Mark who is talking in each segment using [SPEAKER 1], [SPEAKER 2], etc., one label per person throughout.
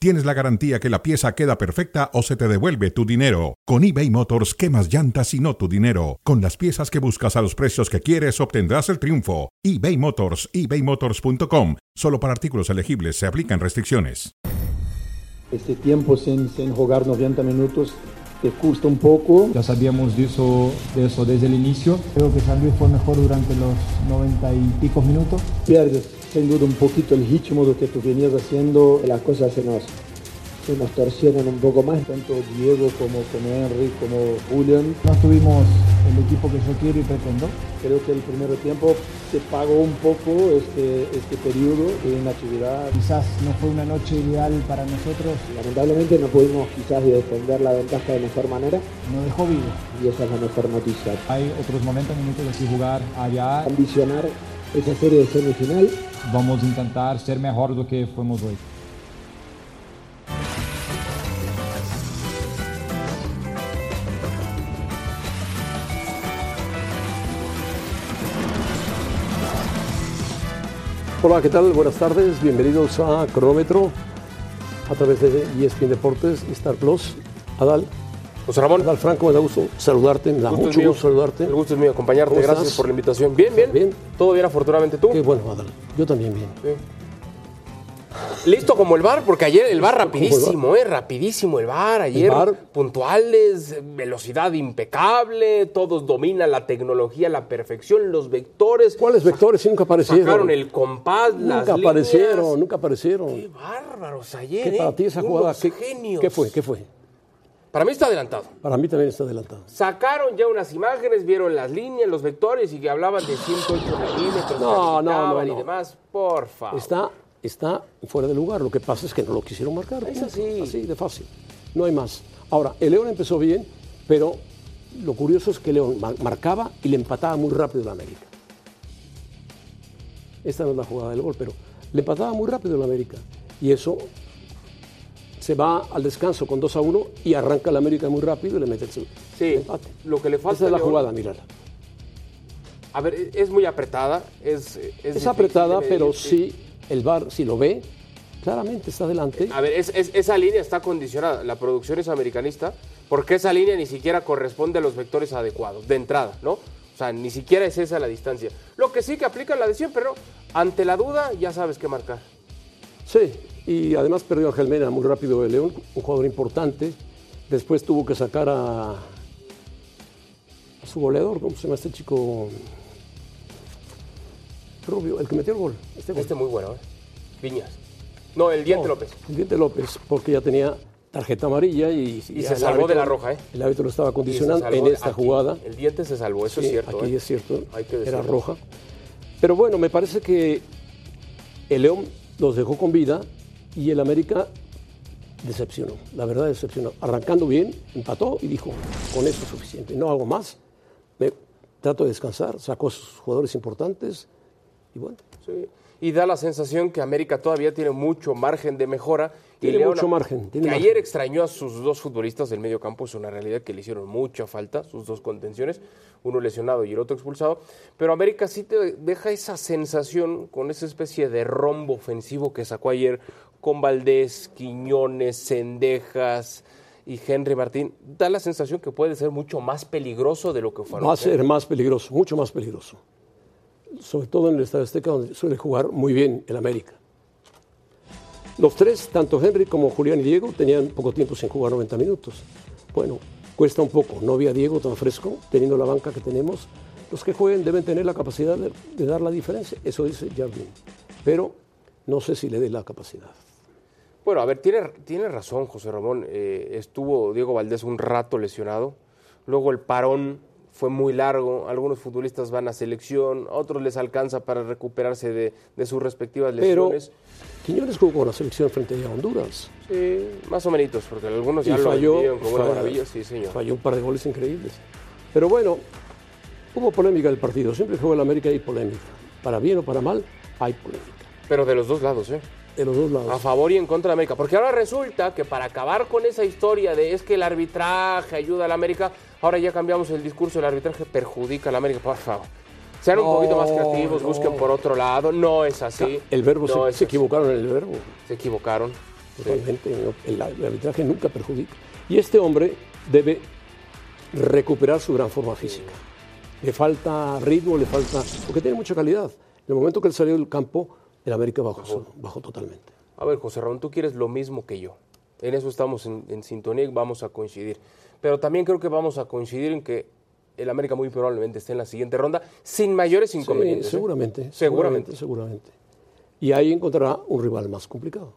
[SPEAKER 1] tienes la garantía que la pieza queda perfecta o se te devuelve tu dinero. Con eBay Motors, quemas llantas y no tu dinero. Con las piezas que buscas a los precios que quieres, obtendrás el triunfo. eBay Motors, ebaymotors.com. Solo para artículos elegibles se aplican restricciones.
[SPEAKER 2] Este tiempo sin, sin jugar 90 minutos te cuesta un poco.
[SPEAKER 3] Ya sabíamos de eso, de eso desde el inicio.
[SPEAKER 4] Creo que San Luis fue mejor durante los 90 y picos minutos.
[SPEAKER 2] Pierdes sin duda un poquito el ritmo de lo que tú venías haciendo.
[SPEAKER 5] Las cosas se nos, se nos torcieron un poco más.
[SPEAKER 2] Tanto Diego como, como Henry, como Julian.
[SPEAKER 4] No tuvimos el equipo que yo quiero y pretendo.
[SPEAKER 2] Creo que el primer tiempo se pagó un poco este, este periodo de inactividad.
[SPEAKER 4] Quizás no fue una noche ideal para nosotros.
[SPEAKER 5] Lamentablemente no pudimos quizás defender la ventaja de mejor manera.
[SPEAKER 4] Nos dejó vivo.
[SPEAKER 5] Y esa es la mejor noticia.
[SPEAKER 4] Hay otros 90 minutos de así jugar allá.
[SPEAKER 5] Ambicionar esa serie de semifinal.
[SPEAKER 4] Vamos a intentar ser mejor de lo que fuimos hoy.
[SPEAKER 6] Hola, ¿qué tal? Buenas tardes, bienvenidos a Cronómetro a través de E ESPN Deportes, Star Plus, Adal.
[SPEAKER 7] José Ramón.
[SPEAKER 6] Adal Franco, me da gusto saludarte, me da
[SPEAKER 7] gusto
[SPEAKER 6] mucho
[SPEAKER 7] mío.
[SPEAKER 6] gusto saludarte.
[SPEAKER 7] El gusto es mío acompañarte,
[SPEAKER 6] ¿Cómo
[SPEAKER 7] gracias
[SPEAKER 6] estás?
[SPEAKER 7] por la invitación. Bien, bien,
[SPEAKER 6] Bien.
[SPEAKER 7] Todo bien, afortunadamente tú.
[SPEAKER 6] Qué bueno, Adal, yo también bien.
[SPEAKER 7] Eh, Listo como el bar, porque ayer el bar
[SPEAKER 6] como el
[SPEAKER 7] rapidísimo, eh, rapidísimo el bar. Ayer
[SPEAKER 6] VAR.
[SPEAKER 7] puntuales, eh, velocidad impecable, todos dominan la tecnología, a la perfección, los vectores.
[SPEAKER 6] ¿Cuáles vectores Sí, nunca aparecieron?
[SPEAKER 7] Sacaron el compás, las
[SPEAKER 6] Nunca
[SPEAKER 7] líneas.
[SPEAKER 6] aparecieron, nunca aparecieron.
[SPEAKER 7] Qué bárbaros ayer,
[SPEAKER 6] ¿Qué
[SPEAKER 7] eh.
[SPEAKER 6] para ti esa
[SPEAKER 7] Unos
[SPEAKER 6] jugada? ¿Qué,
[SPEAKER 7] genios.
[SPEAKER 6] ¿Qué fue? ¿Qué fue?
[SPEAKER 7] Para mí está adelantado.
[SPEAKER 6] Para mí también está adelantado.
[SPEAKER 7] Sacaron ya unas imágenes, vieron las líneas, los vectores y que hablaban de 108 milímetros.
[SPEAKER 6] No, no, no,
[SPEAKER 7] calificaban
[SPEAKER 6] no.
[SPEAKER 7] Y demás, por favor.
[SPEAKER 6] Está, está fuera de lugar. Lo que pasa es que no lo quisieron marcar.
[SPEAKER 7] Es así.
[SPEAKER 6] Así de fácil. No hay más. Ahora, el León empezó bien, pero lo curioso es que León mar- marcaba y le empataba muy rápido a América. Esta no es la jugada del gol, pero le empataba muy rápido a América. Y eso se va al descanso con 2 a 1 y arranca el América muy rápido y le mete el, segundo.
[SPEAKER 7] Sí,
[SPEAKER 6] empate.
[SPEAKER 7] lo que le falta
[SPEAKER 6] Esa es
[SPEAKER 7] a
[SPEAKER 6] la
[SPEAKER 7] León-
[SPEAKER 6] jugada, mírala.
[SPEAKER 7] A ver, e- es muy apretada. Es, es
[SPEAKER 6] Es
[SPEAKER 7] difícil
[SPEAKER 6] apretada,
[SPEAKER 7] de
[SPEAKER 6] pero
[SPEAKER 7] medir,
[SPEAKER 6] sí, el VAR, si lo ve, claramente está adelante.
[SPEAKER 7] A ver, es- es- esa línea está condicionada. La producción es americanista porque esa línea ni siquiera corresponde a los vectores adecuados de entrada, ¿no? O sea, ni siquiera es esa la distancia. Lo que sí que aplica la de siempre, ¿no? Ante la duda ya sabes qué marcar.
[SPEAKER 6] Sí, y además perdió a Ángel Mena muy rápido de León, un jugador importante. Después tuvo que sacar a, a su goleador, ¿cómo se llama este chico? Rubio, el que metió el gol. Este gol.
[SPEAKER 7] Este muy bueno, ¿eh? Viñas. No, el diente López.
[SPEAKER 6] El Diente López, porque ya tenía tarjeta amarilla y,
[SPEAKER 7] Y
[SPEAKER 6] ya
[SPEAKER 7] se
[SPEAKER 6] el
[SPEAKER 7] salvó
[SPEAKER 6] árbitro-
[SPEAKER 7] de la roja, ¿eh?
[SPEAKER 6] El árbitro lo estaba
[SPEAKER 7] Y se
[SPEAKER 6] condicionando
[SPEAKER 7] salvó
[SPEAKER 6] en esta
[SPEAKER 7] aquí.
[SPEAKER 6] jugada.
[SPEAKER 7] El diente se salvó, eso
[SPEAKER 6] Sí,
[SPEAKER 7] es cierto.
[SPEAKER 6] Aquí
[SPEAKER 7] ¿eh?
[SPEAKER 6] es cierto.
[SPEAKER 7] Hay que
[SPEAKER 6] era
[SPEAKER 7] decirlo.
[SPEAKER 6] roja. Pero bueno, me parece que el León los dejó con vida y el América decepcionó. La verdad decepcionó. Arrancando bien, empató y dijo, con eso es suficiente. No hago más. Me trato de descansar. Sacó a sus jugadores importantes y bueno.
[SPEAKER 7] Sí. Y da la sensación que América todavía tiene mucho margen de mejora.
[SPEAKER 6] Tiene
[SPEAKER 7] y León,
[SPEAKER 6] mucho margen, tiene
[SPEAKER 7] que
[SPEAKER 6] margen.
[SPEAKER 7] ayer extrañó a sus dos futbolistas del medio campo, es una realidad que le hicieron mucha falta, sus dos contenciones, uno lesionado y el otro expulsado. Pero América sí te deja esa sensación con esa especie de rombo ofensivo que sacó ayer con Valdés, Quiñones, Cendejas y Henry Martín. Da la sensación que puede ser mucho más peligroso de lo que fueron.
[SPEAKER 6] Va a ser más peligroso, mucho más peligroso. Sobre todo en el Estadio Azteca, donde suele jugar muy bien el América. Los tres, tanto Henry como Julián y Diego, tenían poco tiempo sin jugar 90 minutos. Bueno, cuesta un poco. No había Diego tan fresco, teniendo la banca que tenemos. Los que jueguen deben tener la capacidad de, de dar la diferencia. Eso dice Jardín. Pero no sé si le dé la capacidad.
[SPEAKER 7] Bueno, a ver, tiene, tiene razón José Ramón. Eh, estuvo Diego Valdés un rato lesionado. Luego el parón fue muy largo. Algunos futbolistas van a selección, a otros les alcanza para recuperarse de, de sus respectivas
[SPEAKER 6] Pero
[SPEAKER 7] lesiones.
[SPEAKER 6] Quiñones jugó con la selección frente a Honduras.
[SPEAKER 7] Sí, más o menos, porque algunos
[SPEAKER 6] Y
[SPEAKER 7] ya lo vendieron
[SPEAKER 6] falló,
[SPEAKER 7] como una
[SPEAKER 6] falló-
[SPEAKER 7] maravilla. Sí, señor.
[SPEAKER 6] falló un par de goles increíbles. Pero bueno, hubo polémica del partido. Siempre juega el América y hay polémica. Para bien o para mal, hay polémica.
[SPEAKER 7] Pero de los dos lados, ¿eh?
[SPEAKER 6] de los dos lados.
[SPEAKER 7] A favor y en contra de América. Porque ahora resulta que para acabar con esa historia de es que el arbitraje ayuda a la América, ahora ya cambiamos el discurso, el arbitraje perjudica a la América. Por favor. Sean un
[SPEAKER 6] No,
[SPEAKER 7] poquito más creativos,
[SPEAKER 6] no.
[SPEAKER 7] busquen por otro lado. No es así.
[SPEAKER 6] El verbo
[SPEAKER 7] No
[SPEAKER 6] se,
[SPEAKER 7] es
[SPEAKER 6] se
[SPEAKER 7] así.
[SPEAKER 6] equivocaron en el verbo.
[SPEAKER 7] Se equivocaron. Sí.
[SPEAKER 6] Totalmente. no, El, el arbitraje nunca perjudica. Y este hombre debe recuperar su gran forma física. Le falta ritmo, le falta. Porque tiene mucha calidad. En el momento que él salió del campo, el América bajó, solo, bajó totalmente.
[SPEAKER 7] A ver, José Ramón, tú quieres lo mismo que yo. En eso estamos en, en sintonía y vamos a coincidir. Pero también creo que vamos a coincidir en que el América muy probablemente esté en la siguiente ronda sin mayores inconvenientes.
[SPEAKER 6] Sí,
[SPEAKER 7] ¿eh?
[SPEAKER 6] seguramente,
[SPEAKER 7] Seguramente.
[SPEAKER 6] seguramente. Seguramente. Y ahí encontrará un rival más complicado.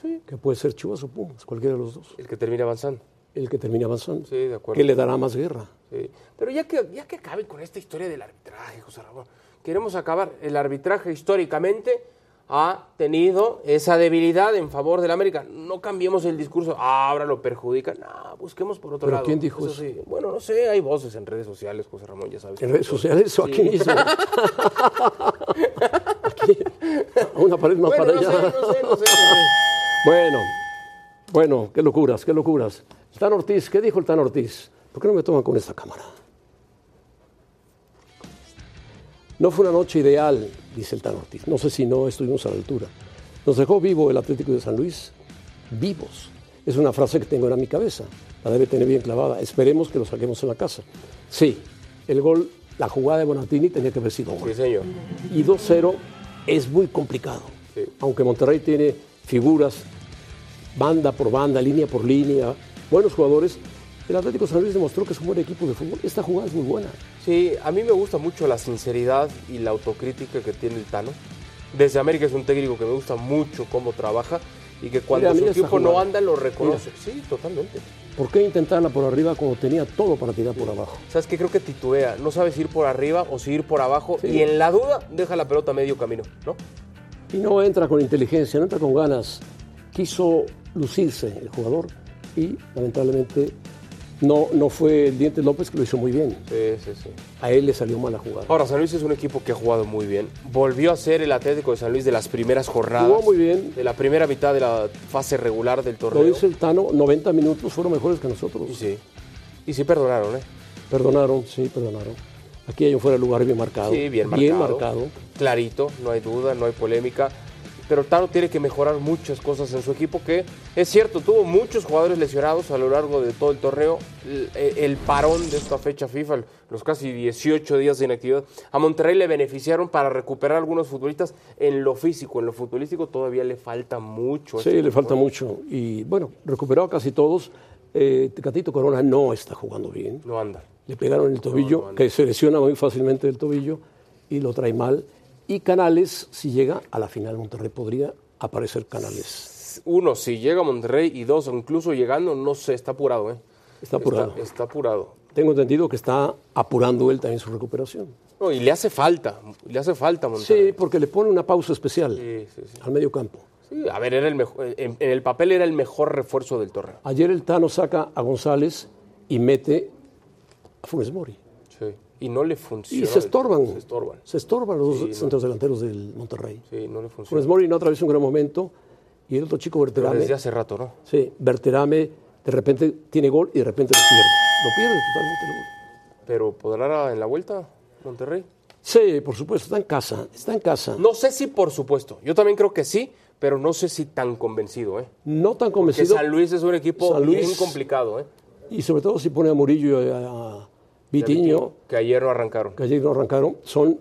[SPEAKER 7] Sí.
[SPEAKER 6] Que puede ser Chivas o Pumas, cualquiera de los dos.
[SPEAKER 7] El que termine avanzando.
[SPEAKER 6] El que termine avanzando.
[SPEAKER 7] Sí, de acuerdo.
[SPEAKER 6] Que le dará más guerra.
[SPEAKER 7] Sí. Pero ya que, ya que acaben con esta historia del arbitraje, José Ramón, queremos acabar. El arbitraje históricamente ha tenido esa debilidad en favor del América. No cambiemos el discurso, "Ah, ahora lo perjudica. No, busquemos por otro
[SPEAKER 6] ¿Pero
[SPEAKER 7] lado.
[SPEAKER 6] quién dijo eso?
[SPEAKER 7] sí. Bueno, no sé, hay voces en redes sociales, José Ramón, ya sabes.
[SPEAKER 6] En redes sociales o aquí mismo. aquí, a una pared más
[SPEAKER 7] Bueno,
[SPEAKER 6] para
[SPEAKER 7] no sé,
[SPEAKER 6] allá.
[SPEAKER 7] no sé, no sé, no sé.
[SPEAKER 6] Bueno, bueno, qué locuras, qué locuras. Tan Ortiz, ¿qué dijo el Tan Ortiz? ¿Por qué no me toman con esta cámara? No fue una noche ideal, dice el Tan Ortiz. No sé si no estuvimos a la altura. Nos dejó vivo el Atlético de San Luis. Vivos. Es una frase que tengo en mi cabeza. La debe tener bien clavada. Esperemos que lo saquemos en la casa. Sí, el gol, la jugada de Bonatini tenía que haber sido gol
[SPEAKER 7] Sí, señor.
[SPEAKER 6] y 2-0 es muy complicado.
[SPEAKER 7] Sí.
[SPEAKER 6] Aunque Monterrey tiene figuras banda por banda, línea por línea, buenos jugadores, el Atlético San Luis demostró que es un buen equipo de fútbol. Esta jugada es muy buena.
[SPEAKER 7] Sí, a mí me gusta mucho la sinceridad y la autocrítica que tiene el Tano. Desde América es un técnico que me gusta mucho cómo trabaja y que cuando
[SPEAKER 6] Mira, mira
[SPEAKER 7] su
[SPEAKER 6] esta
[SPEAKER 7] equipo no
[SPEAKER 6] jugada.
[SPEAKER 7] anda lo reconoce. Sí, totalmente.
[SPEAKER 6] ¿Por qué intentarla por arriba cuando tenía todo para tirar por abajo?
[SPEAKER 7] Sabes que creo que titubea, no sabes si ir por arriba o si ir por abajo y en la duda deja la pelota a medio camino, ¿no?
[SPEAKER 6] Y no entra con inteligencia, no entra con ganas. Quiso lucirse el jugador y lamentablemente no, no fue el Diente López que lo hizo muy bien.
[SPEAKER 7] Sí, sí, sí.
[SPEAKER 6] A él le salió mala jugada.
[SPEAKER 7] Ahora, San Luis es un equipo que ha jugado muy bien. Volvió a ser el Atlético de San Luis de las primeras jornadas.
[SPEAKER 6] Jugó muy bien.
[SPEAKER 7] De la primera mitad de la fase regular del
[SPEAKER 6] Lo
[SPEAKER 7] torneo.
[SPEAKER 6] dice el Tano, 90 minutos fueron mejores que nosotros.
[SPEAKER 7] Y sí. Y sí perdonaron, ¿eh?
[SPEAKER 6] Perdonaron, sí, perdonaron. Aquí hay un fuera de lugar bien marcado.
[SPEAKER 7] Sí, bien marcado. Clarito, no hay duda, no hay polémica. Pero Tano tiene que mejorar muchas cosas en su equipo, que es cierto, tuvo muchos jugadores lesionados a lo largo de todo el torneo. El, el parón de esta fecha FIFA, los casi 18 días de inactividad, a Monterrey le beneficiaron para recuperar algunos futbolistas en lo físico. En lo futbolístico todavía le falta mucho. a
[SPEAKER 6] Sí,
[SPEAKER 7] este
[SPEAKER 6] le falta
[SPEAKER 7] equipo.
[SPEAKER 6] mucho. Y bueno, recuperó a casi todos. Eh, Catito Corona no está jugando bien.
[SPEAKER 7] No anda.
[SPEAKER 6] Le pegaron el tobillo, que se lesiona muy fácilmente el tobillo y lo trae mal. Y Canales, si llega a la final Monterrey, podría aparecer Canales.
[SPEAKER 7] Uno, si llega a Monterrey, y dos, incluso llegando, no sé, está apurado, ¿eh?
[SPEAKER 6] Está apurado.
[SPEAKER 7] Está, está apurado.
[SPEAKER 6] Tengo entendido que está apurando él también su recuperación.
[SPEAKER 7] No, y le hace falta, le hace falta a Monterrey.
[SPEAKER 6] Sí, porque le pone una pausa especial
[SPEAKER 7] Sí, sí, sí.
[SPEAKER 6] al medio campo.
[SPEAKER 7] Sí, a ver, era el mejor, en, en el papel era el mejor refuerzo del torneo.
[SPEAKER 6] Ayer el Tano saca a González y mete a Funes Mori.
[SPEAKER 7] Y no le
[SPEAKER 6] Y
[SPEAKER 7] funciona.
[SPEAKER 6] se estorban.
[SPEAKER 7] Se estorban.
[SPEAKER 6] Se estorban los dos centros delanteros del Monterrey.
[SPEAKER 7] Sí, no le
[SPEAKER 6] Funes
[SPEAKER 7] funciona.
[SPEAKER 6] Mori no atraviesa un gran momento y el otro chico
[SPEAKER 7] Pero
[SPEAKER 6] Berterame.
[SPEAKER 7] desde hace rato, ¿no?
[SPEAKER 6] Sí, Berterame de repente tiene gol y de repente lo pierde. Lo pierde totalmente el gol.
[SPEAKER 7] Pero podrá en la vuelta Monterrey.
[SPEAKER 6] Sí, por supuesto, está en casa. Está en casa. No,
[SPEAKER 7] No sé si por supuesto. Yo también creo que sí, pero no sé si tan convencido, ¿eh?
[SPEAKER 6] tan
[SPEAKER 7] Que
[SPEAKER 6] convencido.
[SPEAKER 7] San Luis es un equipo
[SPEAKER 6] Pues San Luis-
[SPEAKER 7] bien complicado, ¿eh?
[SPEAKER 6] Y sobre todo si pone a Murillo y a, a Vitiño.
[SPEAKER 7] Que ayer no arrancaron.
[SPEAKER 6] que ayer no arrancaron, son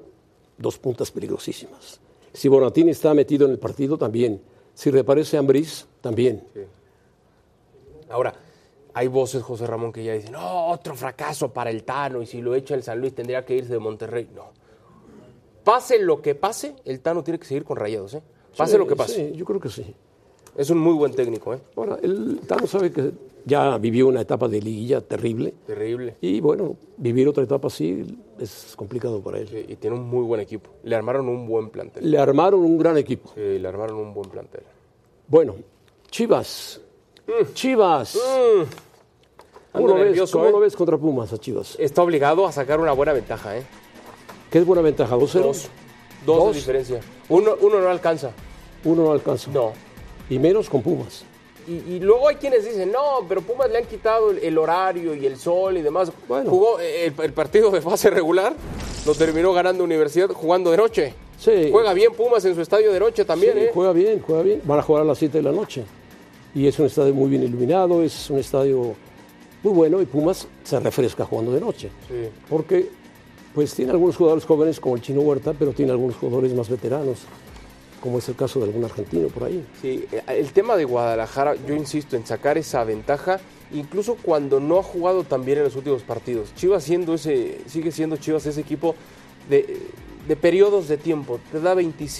[SPEAKER 6] dos puntas peligrosísimas. Si Bonatini está metido en el partido, también. Si reaparece Ambriz, también.
[SPEAKER 7] Ahora, hay voces, José Ramón, que ya dicen, no, otro fracaso para el Tano, y si lo echa el San Luis tendría que irse de Monterrey. No. Pase lo que pase, el Tano tiene que seguir con rayados, ¿eh? Pase
[SPEAKER 6] Sí,
[SPEAKER 7] lo que pase.
[SPEAKER 6] sí, yo creo que sí.
[SPEAKER 7] Es un muy buen técnico, ¿eh?
[SPEAKER 6] Ahora, el Tano sabe que ya vivió una etapa de liguilla terrible.
[SPEAKER 7] Terrible.
[SPEAKER 6] Y bueno, vivir otra etapa así es complicado para él.
[SPEAKER 7] Sí, Y tiene un muy buen equipo. Le armaron un buen plantel.
[SPEAKER 6] Le armaron un gran equipo.
[SPEAKER 7] Sí, le armaron un buen plantel.
[SPEAKER 6] Bueno, Chivas. Mm. Chivas. ¿Cómo,
[SPEAKER 7] Ando
[SPEAKER 6] lo ves?
[SPEAKER 7] nervioso,
[SPEAKER 6] ¿Cómo
[SPEAKER 7] ¿eh?
[SPEAKER 6] lo ves contra Pumas a Chivas?
[SPEAKER 7] Está obligado a sacar una buena ventaja, ¿eh?
[SPEAKER 6] ¿Qué es buena ventaja? 2-0.
[SPEAKER 7] Dos. Dos,
[SPEAKER 6] Dos.
[SPEAKER 7] de diferencia. Uno, uno no alcanza.
[SPEAKER 6] Uno no alcanza.
[SPEAKER 7] No.
[SPEAKER 6] Y menos con Pumas.
[SPEAKER 7] Y, y luego hay quienes dicen, no, pero Pumas le han quitado el, el horario y el sol y demás.
[SPEAKER 6] Bueno.
[SPEAKER 7] Jugó eh, el, el partido de fase regular, lo terminó ganando Universidad jugando de noche.
[SPEAKER 6] Sí.
[SPEAKER 7] Juega bien Pumas en su estadio de noche también,
[SPEAKER 6] Sí,
[SPEAKER 7] ¿eh?
[SPEAKER 6] Juega bien, juega bien. Van a jugar a las 7 de la noche. Y es un estadio muy bien iluminado, es un estadio muy bueno y Pumas se refresca jugando de noche.
[SPEAKER 7] Sí.
[SPEAKER 6] Porque pues tiene algunos jugadores jóvenes como el Chino Huerta, pero tiene algunos jugadores más veteranos, como es el caso de algún argentino por ahí.
[SPEAKER 7] Sí, eh, el tema de Guadalajara, yo insisto en sacar esa ventaja, incluso cuando no ha jugado tan bien en los últimos partidos. Chivas siendo ese, sigue siendo Chivas ese equipo de, de periodos de tiempo. Te da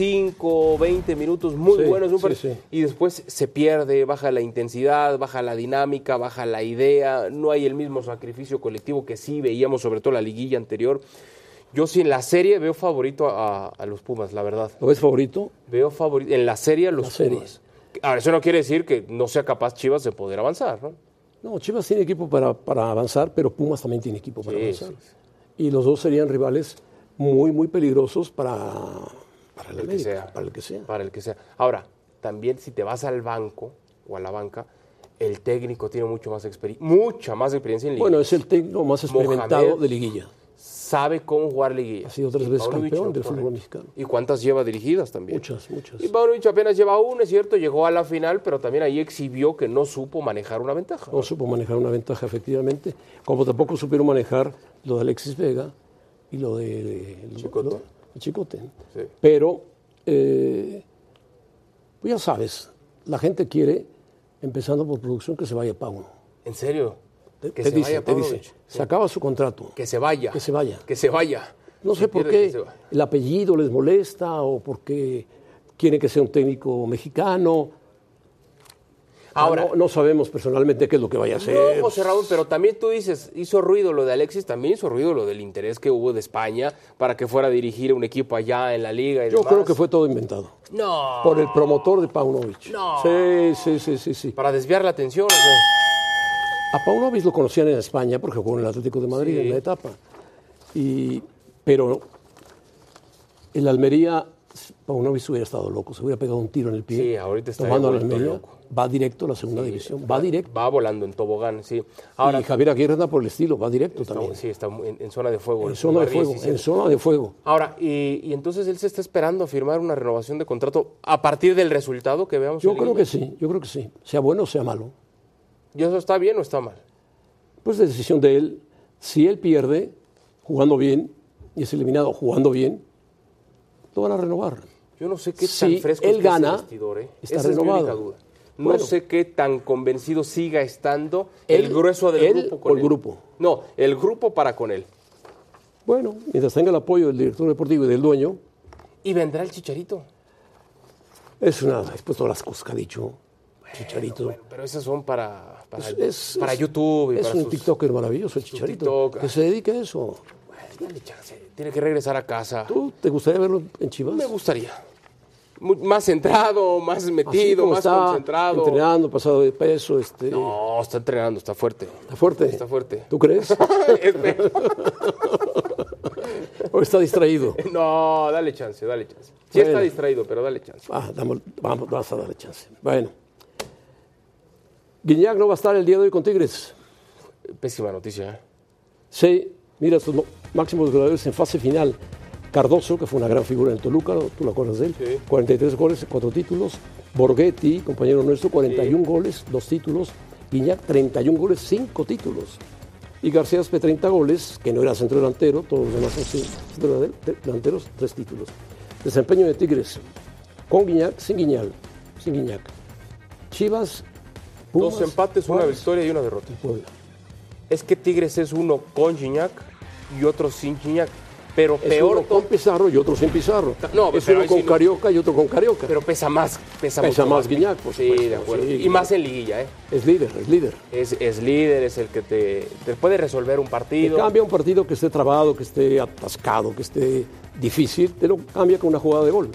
[SPEAKER 7] 25, 20 minutos muy
[SPEAKER 6] Sí,
[SPEAKER 7] buenos de un
[SPEAKER 6] sí,
[SPEAKER 7] par-
[SPEAKER 6] sí.
[SPEAKER 7] y después se pierde, baja la intensidad, baja la dinámica, baja la idea, no hay el mismo sacrificio colectivo que sí veíamos, sobre todo la liguilla anterior. Yo sí en la serie veo favorito a- a los Pumas, la verdad.
[SPEAKER 6] ¿Lo ves favorito?
[SPEAKER 7] Veo favorito en la serie a los
[SPEAKER 6] La serie.
[SPEAKER 7] Pumas. Ahora, eso no quiere decir que no sea capaz Chivas de poder avanzar, ¿no?
[SPEAKER 6] No, Chivas tiene equipo para, para avanzar, pero Pumas también tiene equipo para
[SPEAKER 7] Sí,
[SPEAKER 6] avanzar.
[SPEAKER 7] sí,
[SPEAKER 6] Y los dos serían rivales muy, muy peligrosos para, para el
[SPEAKER 7] Para el que
[SPEAKER 6] América,
[SPEAKER 7] sea.
[SPEAKER 6] Para el que sea.
[SPEAKER 7] Para el que sea. Ahora, también si te vas al banco o a la banca, el técnico tiene mucho más experiencia, mucha más experiencia en liga.
[SPEAKER 6] Bueno, es el técnico más experimentado
[SPEAKER 7] Mohamed.
[SPEAKER 6] de liguilla.
[SPEAKER 7] Sabe cómo jugar liguilla.
[SPEAKER 6] Ha sido tres
[SPEAKER 7] Y
[SPEAKER 6] veces
[SPEAKER 7] Paunovic
[SPEAKER 6] campeón
[SPEAKER 7] no,
[SPEAKER 6] del fútbol
[SPEAKER 7] correcto.
[SPEAKER 6] mexicano.
[SPEAKER 7] ¿Y cuántas lleva dirigidas también?
[SPEAKER 6] Muchas, muchas.
[SPEAKER 7] Y Paunovic apenas lleva una, es cierto, llegó a la final, pero también ahí exhibió que no supo manejar una ventaja.
[SPEAKER 6] No supo manejar una ventaja efectivamente, como tampoco supieron manejar lo de Alexis Vega y lo de, lo-
[SPEAKER 7] Chicote.
[SPEAKER 6] lo- el Chicote.
[SPEAKER 7] Sí.
[SPEAKER 6] Pero, eh, pues ya sabes, la gente quiere, empezando por producción, que se vaya Pauno.
[SPEAKER 7] ¿En serio?
[SPEAKER 6] Te,
[SPEAKER 7] que
[SPEAKER 6] te
[SPEAKER 7] se
[SPEAKER 6] dice,
[SPEAKER 7] vaya
[SPEAKER 6] te
[SPEAKER 7] Paunovic.
[SPEAKER 6] dice, se acaba su contrato.
[SPEAKER 7] Que se vaya.
[SPEAKER 6] Que se vaya.
[SPEAKER 7] Que se vaya.
[SPEAKER 6] No
[SPEAKER 7] Se
[SPEAKER 6] sé por
[SPEAKER 7] pierde que
[SPEAKER 6] qué
[SPEAKER 7] se vaya.
[SPEAKER 6] el apellido les molesta o porque quieren que sea un técnico mexicano.
[SPEAKER 7] Ahora-
[SPEAKER 6] no, no sabemos personalmente qué es lo que vaya a ser.
[SPEAKER 7] No, pues José Raúl, pero también tú dices, hizo ruido lo de Alexis, también hizo ruido lo del interés que hubo de España para que fuera a dirigir un equipo allá en la liga y
[SPEAKER 6] Yo
[SPEAKER 7] demás.
[SPEAKER 6] creo que fue todo inventado.
[SPEAKER 7] No.
[SPEAKER 6] Por el promotor de Paunovic.
[SPEAKER 7] No.
[SPEAKER 6] Sí, sí, sí, sí, sí.
[SPEAKER 7] Para desviar la atención, o sea,
[SPEAKER 6] A Paunovic lo conocían en España porque jugó en el Atlético de Madrid en la etapa. Y, pero el Almería, Paunovic hubiera estado loco, se hubiera pegado un tiro en el pie.
[SPEAKER 7] Sí, ahorita estaría
[SPEAKER 6] tomando al
[SPEAKER 7] vuelto
[SPEAKER 6] Almería.
[SPEAKER 7] loco.
[SPEAKER 6] Va directo a la segunda división, va directo.
[SPEAKER 7] va volando en tobogán, sí.
[SPEAKER 6] Ahora,
[SPEAKER 7] Ahora,
[SPEAKER 6] y
[SPEAKER 7] pues,
[SPEAKER 6] Javier Aguirre anda por el estilo, va directo
[SPEAKER 7] está-
[SPEAKER 6] también.
[SPEAKER 7] sí, está en, en zona de fuego.
[SPEAKER 6] En zona de
[SPEAKER 7] lugar
[SPEAKER 6] fuego,
[SPEAKER 7] 17.
[SPEAKER 6] en zona de fuego.
[SPEAKER 7] Ahora, y, y entonces él se está esperando a firmar una renovación de contrato a partir del resultado que veamos.
[SPEAKER 6] Yo
[SPEAKER 7] en
[SPEAKER 6] creo
[SPEAKER 7] línea?
[SPEAKER 6] que sí, yo creo que sí. Sea bueno o sea malo.
[SPEAKER 7] ¿Y eso está bien o está mal?
[SPEAKER 6] Pues es decisión de él. Si él pierde jugando bien y es eliminado jugando bien, lo van a renovar.
[SPEAKER 7] Yo no sé qué
[SPEAKER 6] Si
[SPEAKER 7] tan fresco
[SPEAKER 6] él
[SPEAKER 7] está ese
[SPEAKER 6] gana,
[SPEAKER 7] vestidor, ¿eh?
[SPEAKER 6] está
[SPEAKER 7] Esa es mi
[SPEAKER 6] renovado.
[SPEAKER 7] única duda. No
[SPEAKER 6] Bueno.
[SPEAKER 7] sé qué tan convencido siga estando el
[SPEAKER 6] Él-
[SPEAKER 7] grueso del
[SPEAKER 6] él
[SPEAKER 7] grupo
[SPEAKER 6] o
[SPEAKER 7] con
[SPEAKER 6] el
[SPEAKER 7] él.
[SPEAKER 6] grupo.
[SPEAKER 7] No, el grupo para con él.
[SPEAKER 6] Bueno, mientras tenga el apoyo del director deportivo y del dueño,
[SPEAKER 7] Y vendrá el chicharito.
[SPEAKER 6] es una. Es pues todas las cosas que ha dicho Chicharito.
[SPEAKER 7] Bueno, pero esas son para, para,
[SPEAKER 6] Es-
[SPEAKER 7] para
[SPEAKER 6] es-
[SPEAKER 7] YouTube y
[SPEAKER 6] Es
[SPEAKER 7] para
[SPEAKER 6] un
[SPEAKER 7] sus-
[SPEAKER 6] TikToker maravilloso, el Chicharito.
[SPEAKER 7] TikTok.
[SPEAKER 6] Que se dedique a eso.
[SPEAKER 7] Bueno, dale chance. Tiene que regresar a casa.
[SPEAKER 6] ¿Tú te gustaría verlo en Chivas?
[SPEAKER 7] Me gustaría. Mu- Más centrado, más
[SPEAKER 6] Así
[SPEAKER 7] metido,
[SPEAKER 6] como
[SPEAKER 7] más
[SPEAKER 6] está
[SPEAKER 7] concentrado.
[SPEAKER 6] entrenando, pasado de peso, este,
[SPEAKER 7] No, está entrenando, está fuerte.
[SPEAKER 6] está fuerte.
[SPEAKER 7] Está fuerte.
[SPEAKER 6] ¿Tú crees?
[SPEAKER 7] Este-
[SPEAKER 6] ¿O está distraído?
[SPEAKER 7] no, dale chance, dale chance. Sí está
[SPEAKER 6] Bueno.
[SPEAKER 7] distraído, pero dale chance.
[SPEAKER 6] Ah, damos- vamos, vas a darle chance. Bueno. Guiñac no va a estar el día de hoy con Tigres.
[SPEAKER 7] Pésima noticia, ¿eh?
[SPEAKER 6] Sí, mira sus mo- máximos goleadores en fase final. Cardoso, que fue una gran figura en el Toluca, ¿no? tú lo acuerdas de él, 43 goles, 4 títulos. Borghetti, compañero nuestro, 41 goles, 2 títulos. Guiñac, 31 goles, 5 títulos. Y García Aspe, 30 goles, que no era centro delantero, todos los demás son sí, centro delan- delanteros, 3 títulos. Desempeño de Tigres, con Guiñac, sin Guiñac, sin Guiñac. Chivas, Pumas,
[SPEAKER 7] Dos empates, una
[SPEAKER 6] Juárez
[SPEAKER 7] victoria y una derrota.
[SPEAKER 6] y Puebla.
[SPEAKER 7] Es que Tigres es uno con Gignac y otro sin Gignac. Pero
[SPEAKER 6] Es
[SPEAKER 7] peor,
[SPEAKER 6] uno con Pizarro y otro sin Pizarro.
[SPEAKER 7] No,
[SPEAKER 6] es
[SPEAKER 7] pero
[SPEAKER 6] uno
[SPEAKER 7] ahí
[SPEAKER 6] con
[SPEAKER 7] sí no.
[SPEAKER 6] Carioca y otro con Carioca.
[SPEAKER 7] pero pesa más. Pesa,
[SPEAKER 6] Pesa
[SPEAKER 7] mucho
[SPEAKER 6] más Guiñac, por
[SPEAKER 7] Sí,
[SPEAKER 6] supuesto,
[SPEAKER 7] de acuerdo.
[SPEAKER 6] sí,
[SPEAKER 7] y
[SPEAKER 6] claro.
[SPEAKER 7] más en liguilla, ¿eh?
[SPEAKER 6] Es líder, es líder.
[SPEAKER 7] Es, es líder, es el que te, te puede resolver un
[SPEAKER 6] Te
[SPEAKER 7] partido.
[SPEAKER 6] cambia un partido que esté trabado, que esté atascado, que esté difícil, te lo cambia con una jugada de gol.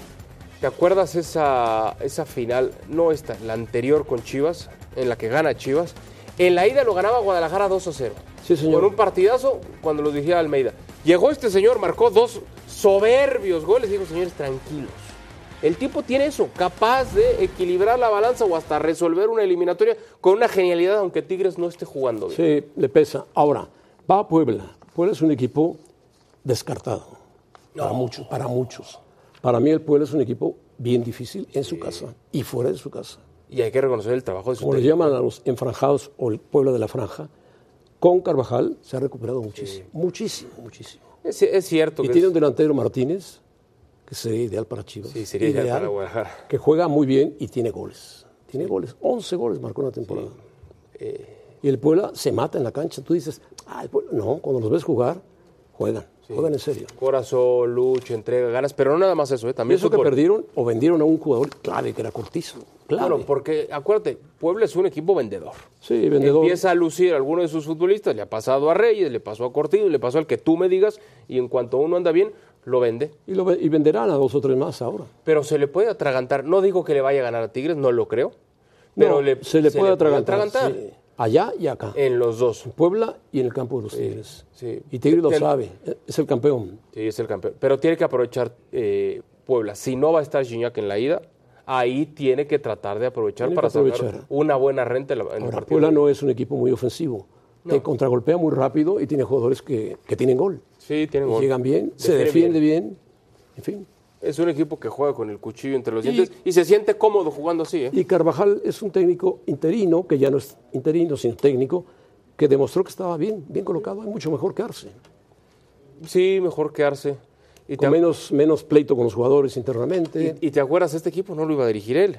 [SPEAKER 7] ¿Te acuerdas esa, esa final? No esta, la anterior con Chivas, en la que gana Chivas. En la ida lo ganaba Guadalajara 2 a 0.
[SPEAKER 6] Sí, señor.
[SPEAKER 7] Con un partidazo cuando lo dirigía Almeida. Llegó este señor, marcó dos soberbios goles. Digo, señores, tranquilos. El tipo tiene eso, capaz de equilibrar la balanza o hasta resolver una eliminatoria con una genialidad, aunque Tigres no esté jugando bien.
[SPEAKER 6] Sí, le pesa. Ahora, va a Puebla. Puebla es un equipo descartado. Para muchos, para muchos. Para mí el Puebla es un equipo bien difícil en su casa y fuera de su casa.
[SPEAKER 7] Y hay que reconocer el trabajo de su
[SPEAKER 6] Como le
[SPEAKER 7] técnico.
[SPEAKER 6] llaman a los enfranjados o el Puebla de la Franja, con Carvajal se ha recuperado muchísimo, muchísimo, muchísimo.
[SPEAKER 7] Es, es cierto
[SPEAKER 6] Y
[SPEAKER 7] que
[SPEAKER 6] tiene un
[SPEAKER 7] es-
[SPEAKER 6] delantero Martínez, que sería ideal para Chivas.
[SPEAKER 7] Sí, sería ideal para Guadalajara.
[SPEAKER 6] Que juega muy bien y tiene goles. Tiene goles. 11 goles marcó en la temporada.
[SPEAKER 7] Eh.
[SPEAKER 6] Y el Puebla se mata en la cancha. Tú dices, ah, el Puebla. No, cuando los ves jugar, juegan. Juegan en serio.
[SPEAKER 7] corazón, lucha, entrega, ganas, pero no nada más eso, ¿eh?
[SPEAKER 6] Y
[SPEAKER 7] también
[SPEAKER 6] eso que
[SPEAKER 7] fútbol.
[SPEAKER 6] perdieron o vendieron a un jugador clave, que era Cortizo. Clave.
[SPEAKER 7] Bueno, porque acuérdate, Puebla es un equipo vendedor.
[SPEAKER 6] sí, vendedor.
[SPEAKER 7] Empieza a lucir a alguno de sus futbolistas, le ha pasado a Reyes, le pasó a Cortino, le pasó al que tú me digas, y en cuanto uno anda bien, lo vende.
[SPEAKER 6] Y, lo ve- y venderán a dos o tres más ahora.
[SPEAKER 7] Pero se le puede atragantar. No digo que le vaya a ganar a Tigres, no lo creo. Pero
[SPEAKER 6] No,
[SPEAKER 7] le-
[SPEAKER 6] se le puede atragantar. sí. Allá y acá.
[SPEAKER 7] en los dos.
[SPEAKER 6] En Puebla y en el campo de los Tigres.
[SPEAKER 7] sí.
[SPEAKER 6] Y Tigres lo
[SPEAKER 7] Ten-
[SPEAKER 6] sabe, es el campeón.
[SPEAKER 7] Sí, es el campeón. Pero tiene que aprovechar eh, Puebla. Si no va a estar Gignac en la ida, ahí tiene que tratar de aprovechar
[SPEAKER 6] Tiene que
[SPEAKER 7] para sacar
[SPEAKER 6] aprovechar.
[SPEAKER 7] una buena renta en la- en el
[SPEAKER 6] Ahora,
[SPEAKER 7] partido.
[SPEAKER 6] Puebla no es un equipo muy ofensivo. Te contragolpea muy rápido y tiene jugadores que, que tienen gol.
[SPEAKER 7] Sí, tiene
[SPEAKER 6] Y
[SPEAKER 7] gol.
[SPEAKER 6] Llegan bien, se defiende
[SPEAKER 7] Defiende
[SPEAKER 6] bien. en fin.
[SPEAKER 7] Es un equipo que juega con el cuchillo entre los
[SPEAKER 6] Y-
[SPEAKER 7] dientes y se siente cómodo jugando así, ¿eh?
[SPEAKER 6] Y Carvajal es un técnico interino, que ya no es interino, sino técnico, que demostró que estaba bien, bien colocado, es mucho mejor que Arce.
[SPEAKER 7] Sí, mejor quedarse. Y te,
[SPEAKER 6] Con menos, menos pleito con los jugadores internamente.
[SPEAKER 7] y, y te acuerdas, este equipo no lo iba a dirigir él.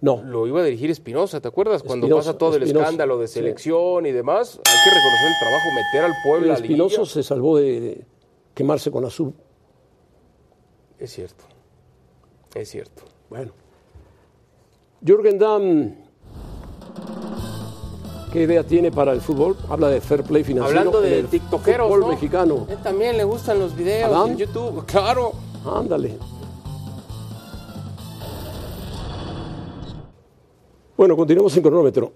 [SPEAKER 6] no,
[SPEAKER 7] Lo iba a dirigir Espinosa, ¿te acuerdas? Cuando
[SPEAKER 6] Espinosa,
[SPEAKER 7] pasa todo el
[SPEAKER 6] Espinosa,
[SPEAKER 7] escándalo de
[SPEAKER 6] sí.
[SPEAKER 7] selección y demás, hay que reconocer el trabajo, meter al Puebla a la liguilla.
[SPEAKER 6] Espinoso se salvó de, de quemarse con la sub.
[SPEAKER 7] Es cierto, es cierto.
[SPEAKER 6] Bueno. Jürgen Damm, ¿qué idea tiene para el fútbol? Habla de fair play financiero.
[SPEAKER 7] Hablando
[SPEAKER 6] en
[SPEAKER 7] de
[SPEAKER 6] el
[SPEAKER 7] tiktokeros,
[SPEAKER 6] Fútbol
[SPEAKER 7] ¿no?
[SPEAKER 6] mexicano.
[SPEAKER 7] A él también le gustan los videos
[SPEAKER 6] ¿Adán?
[SPEAKER 7] en YouTube. Claro.
[SPEAKER 6] Ándale. Bueno, continuamos en cronómetro.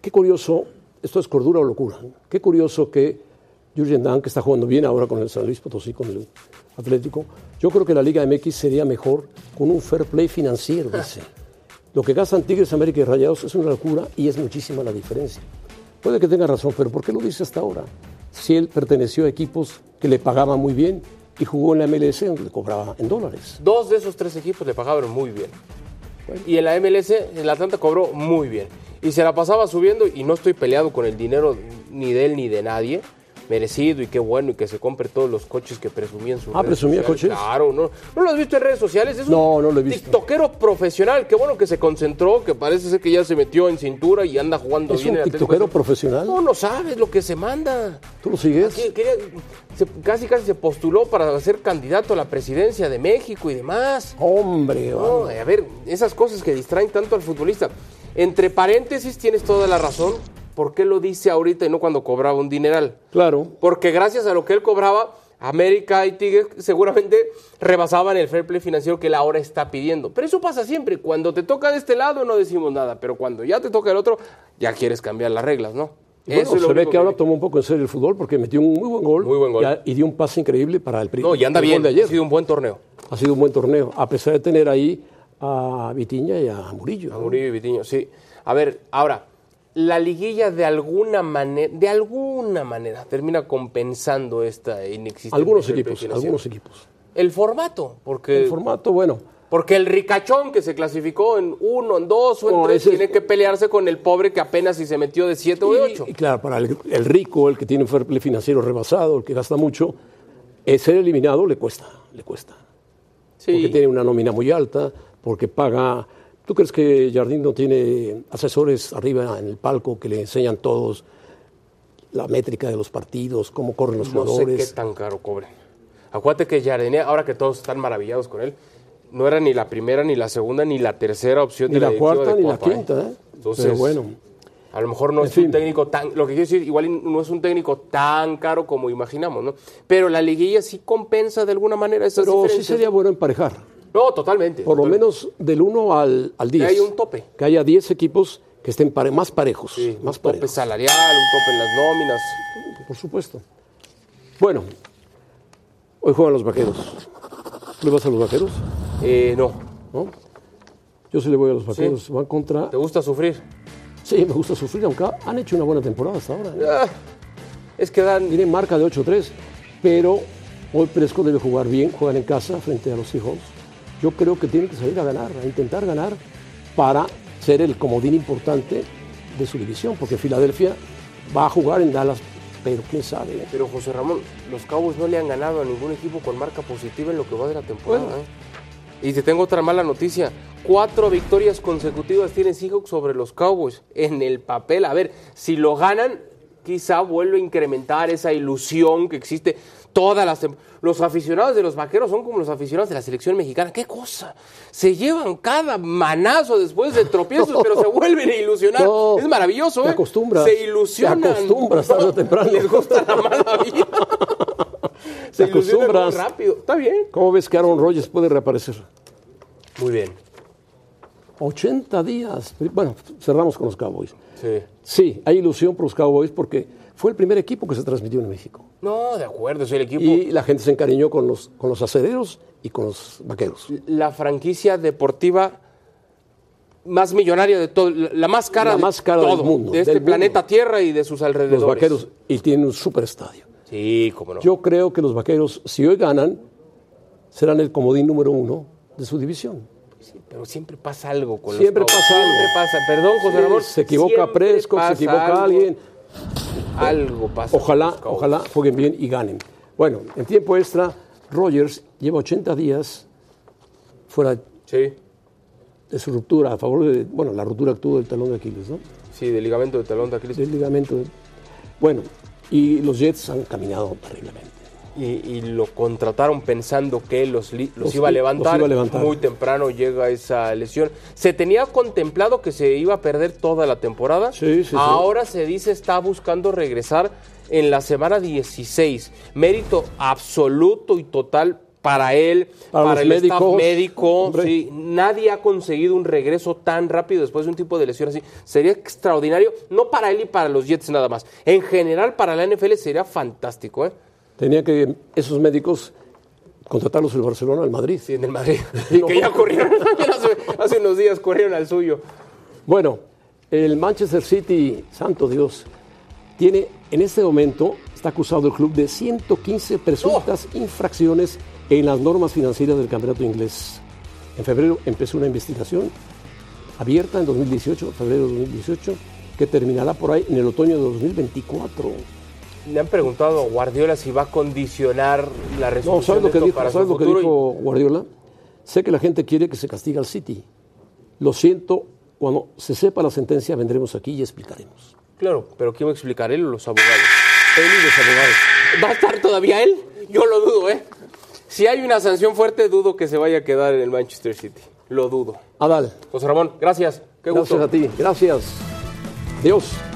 [SPEAKER 6] Qué curioso, esto es cordura o locura. ¿eh? Qué curioso que Jürgen Damm, que está jugando bien ahora con el San Luis Potosí, con el Atlético, yo creo que la Liga MX sería mejor con un fair play financiero, dice. Lo que gastan Tigres, América y Rayados es una locura y es muchísima la diferencia. Puede que tenga razón, pero ¿por qué lo dice hasta ahora? Si él perteneció a equipos que le pagaban muy bien y jugó en la MLS donde le cobraba en dólares.
[SPEAKER 7] Dos de esos tres equipos le pagaron muy bien. Y en la MLS, el Atlanta cobró muy bien. Y se la pasaba subiendo y no estoy peleado con el dinero ni de él ni de nadie. Merecido y qué bueno y que se compre todos los coches que presumía en sus
[SPEAKER 6] Ah,
[SPEAKER 7] redes
[SPEAKER 6] ¿presumía
[SPEAKER 7] sociales.
[SPEAKER 6] coches?
[SPEAKER 7] Claro, no. ¿No lo has visto en redes sociales? Es un
[SPEAKER 6] No, no lo he visto.
[SPEAKER 7] tiktokero profesional. Qué bueno que se concentró, que parece ser que ya se metió en cintura y anda jugando
[SPEAKER 6] ¿Es
[SPEAKER 7] bien.
[SPEAKER 6] un
[SPEAKER 7] en Atlético.
[SPEAKER 6] tiktokero profesional?
[SPEAKER 7] No, no sabes lo que se manda.
[SPEAKER 6] ¿Tú lo sigues?
[SPEAKER 7] Que- quería- se- casi casi se postuló para ser candidato a la presidencia de México y demás.
[SPEAKER 6] Hombre,
[SPEAKER 7] No,
[SPEAKER 6] vamos.
[SPEAKER 7] a ver, esas cosas que distraen tanto al futbolista. Entre paréntesis, tienes toda la razón. ¿Por qué lo dice ahorita y no cuando cobraba un dineral?
[SPEAKER 6] Claro.
[SPEAKER 7] Porque gracias a lo que él cobraba, América y Tigres seguramente rebasaban el fair play financiero que él ahora está pidiendo. Pero eso pasa siempre. Cuando te toca de este lado no decimos nada, pero cuando ya te toca el otro, ya quieres cambiar las reglas, ¿no?
[SPEAKER 6] Bueno,
[SPEAKER 7] Eso es lo
[SPEAKER 6] se ve
[SPEAKER 7] único
[SPEAKER 6] que ahora
[SPEAKER 7] vi.
[SPEAKER 6] tomó un poco en serio el fútbol porque metió un muy buen gol,
[SPEAKER 7] Muy buen gol.
[SPEAKER 6] y a- y dio un pase increíble para el primer
[SPEAKER 7] No, y anda
[SPEAKER 6] el
[SPEAKER 7] bien.
[SPEAKER 6] gol de ayer.
[SPEAKER 7] Ha sido un buen torneo.
[SPEAKER 6] Ha sido un buen torneo, a pesar de tener ahí a Vitiña y a Murillo.
[SPEAKER 7] A
[SPEAKER 6] ¿no?
[SPEAKER 7] Murillo y Vitiño, sí. A ver, ahora, la liguilla de alguna manera, de alguna manera, termina compensando esta inexistencia.
[SPEAKER 6] Algunos
[SPEAKER 7] del
[SPEAKER 6] equipos,
[SPEAKER 7] financiero.
[SPEAKER 6] algunos equipos.
[SPEAKER 7] El formato, porque
[SPEAKER 6] El
[SPEAKER 7] el,
[SPEAKER 6] formato, bueno,
[SPEAKER 7] porque el ricachón que se clasificó en uno, en dos o en
[SPEAKER 6] No,
[SPEAKER 7] tres,
[SPEAKER 6] ese es-
[SPEAKER 7] tiene que pelearse con el pobre que apenas si se metió de siete o de
[SPEAKER 6] Y-
[SPEAKER 7] ocho.
[SPEAKER 6] Y, claro, para el, el rico, el que tiene un fair play financiero rebasado, el que gasta mucho, eh, ser eliminado le cuesta, le cuesta. Porque
[SPEAKER 7] Sí,
[SPEAKER 6] tiene una nómina muy alta, porque paga... ¿Tú crees que Jardín no tiene asesores arriba en el palco que le enseñan todos la métrica de los partidos, cómo corren los
[SPEAKER 7] no sé qué
[SPEAKER 6] jugadores?
[SPEAKER 7] tan caro cobren. Acuérdate que Jardiné, ahora que todos están maravillados con él, no era ni la primera, ni la segunda, ni la tercera opción
[SPEAKER 6] ni
[SPEAKER 7] de la
[SPEAKER 6] la
[SPEAKER 7] directiva
[SPEAKER 6] cuarta
[SPEAKER 7] de
[SPEAKER 6] ni la
[SPEAKER 7] Cuapa, ¿eh?
[SPEAKER 6] quinta, ¿eh?
[SPEAKER 7] Entonces,
[SPEAKER 6] Pero bueno,
[SPEAKER 7] A lo mejor no
[SPEAKER 6] En
[SPEAKER 7] es un
[SPEAKER 6] fin.
[SPEAKER 7] técnico tan. Lo que quiero decir, igual no es un técnico tan caro como imaginamos, ¿no? Pero la liguilla sí compensa de alguna manera esas
[SPEAKER 6] pero sí
[SPEAKER 7] diferencias.
[SPEAKER 6] sería bueno emparejar.
[SPEAKER 7] No, totalmente.
[SPEAKER 6] Por lo
[SPEAKER 7] totalmente.
[SPEAKER 6] menos del 1 al, al 10.
[SPEAKER 7] Que haya un tope.
[SPEAKER 6] Que haya 10 equipos que estén pare- más parejos.
[SPEAKER 7] Sí,
[SPEAKER 6] más
[SPEAKER 7] un tope
[SPEAKER 6] parejos.
[SPEAKER 7] salarial, un tope en las nóminas.
[SPEAKER 6] Por supuesto. Bueno, Hoy juegan los vaqueros. ¿Le vas a los vaqueros?
[SPEAKER 7] Eh, no.
[SPEAKER 6] ¿No? Yo sí le voy a los vaqueros. Van contra.
[SPEAKER 7] ¿Te gusta sufrir?
[SPEAKER 6] Sí, me gusta sufrir, aunque han hecho una buena temporada hasta ahora. ¿eh?
[SPEAKER 7] Ah, es que dan.
[SPEAKER 6] Tienen marca de 8-3, pero hoy Prescott debe jugar bien. Juegan en casa frente a los Seahawks. Yo creo que tienen que salir a ganar, a intentar ganar para ser el comodín importante de su división, porque Filadelfia va a jugar en Dallas, pero quién sabe. ¿eh?
[SPEAKER 7] Pero José Ramón, los Cowboys no le han ganado a ningún equipo con marca positiva en lo que va de la temporada.
[SPEAKER 6] Bueno.
[SPEAKER 7] ¿eh? Y te tengo otra mala noticia. Cuatro victorias consecutivas tiene Seahawks sobre los Cowboys en el papel. A ver, si lo ganan, quizá vuelve a incrementar esa ilusión que existe todas las... tem- Los aficionados de los Vaqueros son como los aficionados de la selección mexicana. ¡Qué cosa! Se llevan cada manazo después de tropiezos, pero se vuelven a ilusionar.
[SPEAKER 6] No.
[SPEAKER 7] es maravilloso,
[SPEAKER 6] Te
[SPEAKER 7] ¿eh?
[SPEAKER 6] acostumbras.
[SPEAKER 7] Se ilusionan.
[SPEAKER 6] Te acostumbras tarde o temprano.
[SPEAKER 7] Les gusta la mala vida.
[SPEAKER 6] Te
[SPEAKER 7] se ilusionan muy
[SPEAKER 6] acostumbras.
[SPEAKER 7] rápido. Está bien.
[SPEAKER 6] ¿Cómo ves que Aaron Rodgers puede reaparecer?
[SPEAKER 7] Muy bien.
[SPEAKER 6] 80 días. Bueno, cerramos con los Cowboys.
[SPEAKER 7] Sí.
[SPEAKER 6] Sí, hay ilusión por los Cowboys porque fue el primer equipo que se transmitió en México.
[SPEAKER 7] No, de acuerdo, soy el equipo.
[SPEAKER 6] Y la gente se encariñó con los, con los acereros y con los vaqueros.
[SPEAKER 7] la franquicia deportiva más millonaria de todo, la la más cara,
[SPEAKER 6] La
[SPEAKER 7] de
[SPEAKER 6] más cara
[SPEAKER 7] todo,
[SPEAKER 6] del mundo,
[SPEAKER 7] de este
[SPEAKER 6] del mundo.
[SPEAKER 7] planeta Tierra y de sus alrededores.
[SPEAKER 6] Los vaqueros y tienen un super estadio.
[SPEAKER 7] Sí, cómo no.
[SPEAKER 6] Yo creo que los vaqueros, si hoy ganan, serán el comodín número uno de su división.
[SPEAKER 7] Pero siempre pasa algo con
[SPEAKER 6] Siempre
[SPEAKER 7] los Cowboys.
[SPEAKER 6] pasa algo.
[SPEAKER 7] Siempre pasa. Perdón, José
[SPEAKER 6] Sí,
[SPEAKER 7] Ramón.
[SPEAKER 6] se equivoca
[SPEAKER 7] siempre
[SPEAKER 6] Prescott, se
[SPEAKER 7] pasa
[SPEAKER 6] equivoca
[SPEAKER 7] algo.
[SPEAKER 6] alguien.
[SPEAKER 7] Algo pasa. con
[SPEAKER 6] Ojalá,
[SPEAKER 7] los Cowboys.
[SPEAKER 6] ojalá jueguen bien y ganen. Bueno, en tiempo extra, Rogers lleva 80 días fuera
[SPEAKER 7] Sí,
[SPEAKER 6] de su ruptura, a favor de, bueno, la ruptura actuó del talón de Aquiles, ¿no?
[SPEAKER 7] sí, del ligamento de talón de Aquiles.
[SPEAKER 6] Del ligamento. de- Bueno, y los Jets han caminado terriblemente.
[SPEAKER 7] Y, y lo contrataron pensando que los, li- los
[SPEAKER 6] Los
[SPEAKER 7] iba a
[SPEAKER 6] i-
[SPEAKER 7] levantar.
[SPEAKER 6] los iba a levantar.
[SPEAKER 7] Muy temprano llega esa lesión. Se tenía contemplado que se iba a perder toda la temporada.
[SPEAKER 6] Sí, sí, sí.
[SPEAKER 7] Ahora se dice está buscando regresar en la semana 16. Mérito absoluto y total para él,
[SPEAKER 6] Para los
[SPEAKER 7] el staff
[SPEAKER 6] médicos,
[SPEAKER 7] médico.
[SPEAKER 6] hombre.
[SPEAKER 7] sí. nadie ha conseguido un regreso tan rápido después de un tipo de lesión así. Sería extraordinario, no para él y para los Jets nada más. En general, para la NFL sería fantástico, ¿eh?
[SPEAKER 6] Tenía que esos médicos contratarlos el Barcelona, el Madrid.
[SPEAKER 7] Sí, en el Madrid. Y que ya corrieron. también hace, hace unos días corrieron al suyo.
[SPEAKER 6] Bueno, el Manchester City, santo Dios, tiene en este momento, está acusado el club de 115 presuntas
[SPEAKER 7] Oh.
[SPEAKER 6] infracciones en las normas financieras del campeonato inglés. En febrero empezó una investigación abierta en 2018, febrero de 2018, que terminará por ahí en el otoño de 2024.
[SPEAKER 7] Le han preguntado a Guardiola si va a condicionar la resolución
[SPEAKER 6] No, ¿sabes
[SPEAKER 7] de
[SPEAKER 6] lo que
[SPEAKER 7] esto
[SPEAKER 6] dijo,
[SPEAKER 7] para
[SPEAKER 6] sabes
[SPEAKER 7] su
[SPEAKER 6] lo que
[SPEAKER 7] futuro?
[SPEAKER 6] dijo Guardiola? Sé que la gente quiere que se castigue al City. Lo siento, cuando se sepa la sentencia vendremos aquí y explicaremos.
[SPEAKER 7] Y- claro, pero ¿quién va a explicar? Él o los abogados. Él y los abogados. ¿Va a estar todavía él? Yo lo dudo, ¿eh? Si hay una sanción fuerte, dudo que se vaya a quedar en el Manchester City. Lo dudo.
[SPEAKER 6] Adal,
[SPEAKER 7] José Ramón, gracias. Qué gusto.
[SPEAKER 6] gracias a ti. Gracias. Dios.